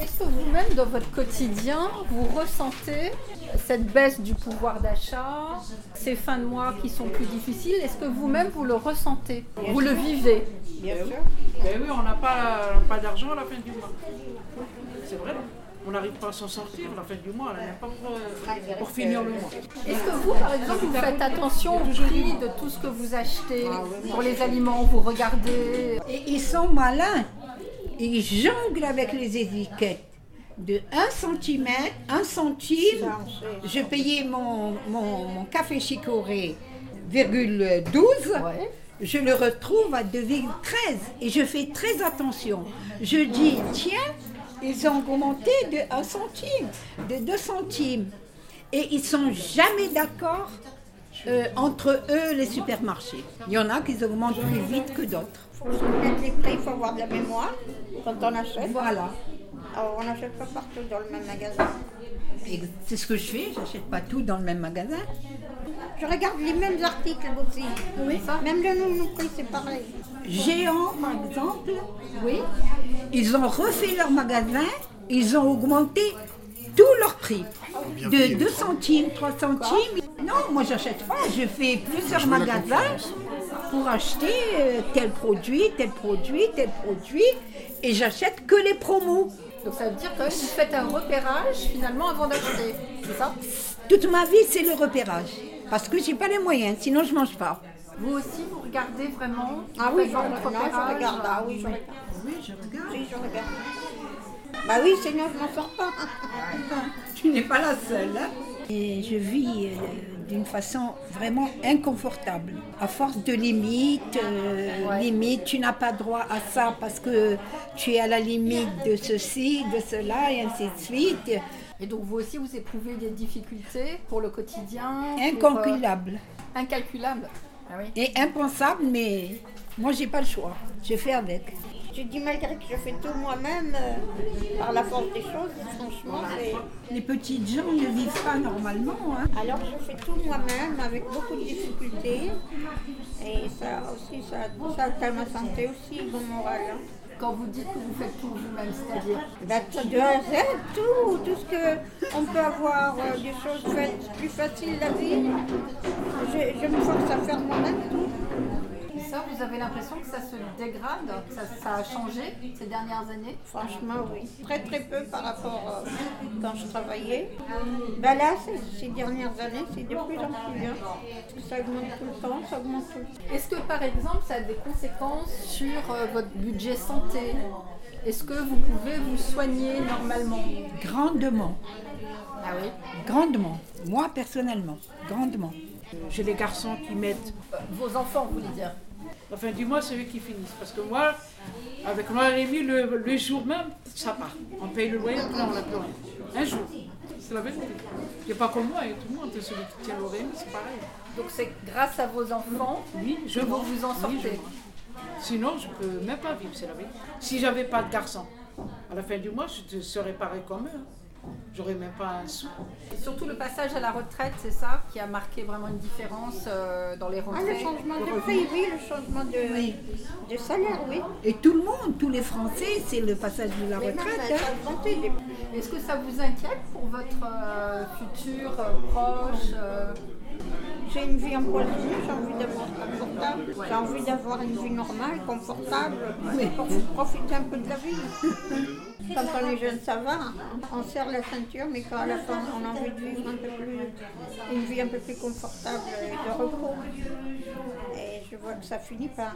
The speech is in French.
Est-ce que vous-même, dans votre quotidien, vous ressentez cette baisse du pouvoir d'achat, ces fins de mois qui sont plus difficiles Est-ce que vous-même, vous le ressentez Vous le vivez Bien Ben oui. sûr. Ben oui, on n'a pas, pas d'argent à la fin du mois. C'est vrai. On n'arrive pas à s'en sortir à la fin du mois, là, même pas pour, euh, pour finir le mois. Est-ce que vous, par exemple, vous faites attention au prix de tout ce que vous achetez Pour les aliments, vous regardez Et ils sont malins. Ils jonglent avec les étiquettes. De 1 cm, 1 centime, je payais mon, mon, mon café chicoré, virgule 12. Ouais. Je le retrouve à 2,13 et je fais très attention. Je dis, tiens, ils ont augmenté de 1 centime, de 2 centimes. Et ils sont jamais d'accord euh, entre eux, les supermarchés. Il y en a qui augmentent plus vite que d'autres. faut se connaître les prix, il faut avoir de la mémoire quand on achète. Voilà. Alors, on n'achète pas partout dans le même magasin. Et C'est ce que je fais, j'achète pas tout dans le même magasin. Je regarde les mêmes articles aussi. Même le nom, le prix, c'est pareil. Géant, par exemple, oui, ils ont refait leur magasin, ils ont augmenté tout leur prix. De 2 centimes, 3 centimes. Non, moi j'achète pas, je fais plusieurs magasins pour acheter euh, tel produit, tel produit, tel produit, et j'achète que les promos. Donc ça veut dire que vous faites un repérage finalement avant d'acheter, c'est ça Toute ma vie, c'est le repérage. Parce que j'ai pas les moyens, sinon je mange pas. Vous aussi, vous regardez vraiment Ah oui, je, vous faites votre non, je repérage regarde. Ah oui, je regarde. Oui, je regarde. Oui, je regarde. Bah oui, sinon je m'en sors pas. Tu n'es pas la seule. hein. Et je vis euh, d'une façon vraiment inconfortable. À force de limites, euh, Ouais. limites, tu n'as pas droit à ça parce que tu es à la limite de ceci, de cela, et ainsi de suite. Et donc vous aussi, vous éprouvez des difficultés pour le quotidien pour, euh, Incalculable Incalculable. Ah oui. et impensable, mais moi, j'ai pas le choix. Je fais avec. Je dis malgré que je fais tout moi-même, euh, par la force des choses, franchement, c'est... Les petites gens ne vivent pas normalement. hein. Alors je fais tout moi-même avec beaucoup de difficultés. Et ça aussi, ça, ça atteint ma santé aussi, mon moral. hein. Quand vous dites que vous faites tout vous-même, c'est-à-dire Bah, tout de A à Z, tout, tout ce que on peut avoir, euh, des choses faites plus faciles la vie. Je, je me force à faire moi-même tout. ça, vous avez l'impression que ça se dégrade, que ça, ça a changé ces dernières années Franchement, oui. Très très peu par rapport euh, quand je travaillais. Bah là, ces, ces dernières années, c'est de plus en plus. hein. Parce que ça augmente tout le temps, ça augmente tout le temps. Est-ce que par exemple, ça a des conséquences sur euh, votre budget santé Est-ce que vous pouvez vous soigner normalement Grandement, Ah oui. grandement. Moi, personnellement, grandement. J'ai des garçons qui mettent Euh, Vos enfants, vous voulez dire la fin du mois, c'est eux qui finissent. Parce que moi, avec moi et demi, le, le jour même, ça part. On paye le loyer, après on n'a plus rien. Un jour. C'est la vérité. Il n'y a pas que moi, il y a tout le monde. Celui qui tient l'oreille, c'est pareil. Donc c'est grâce à vos enfants Oui, je que vous mange. vous en Oui, je sortez. mange. Sinon, je peux même pas vivre, c'est la vie. Si j'avais pas de garçon, à la fin du mois, je te- serais pareil comme eux. hein. J'aurais même pas un sou. Et Surtout le passage à la retraite, c'est ça qui a marqué vraiment une différence euh, dans les Ah, le rentrées. changement de de revenus. prix, oui, le changement de, Oui. de salaire, oui. Et tout le monde, tous les Français, c'est le passage de la Mais non, retraite. ça hein. a augmenté les prix. Est-ce que ça vous inquiète pour votre euh, futur euh, proche euh, J'ai une vie empoisonnée, j'ai envie d'avoir confortable, j'ai envie d'avoir une vie normale, confortable, pour profiter un peu de la vie. Quand on est jeune, ça va, on serre la ceinture, mais quand à la fin, on a envie de vivre un peu plus, une vie un peu plus confortable et de repos. Et je vois que ça finit par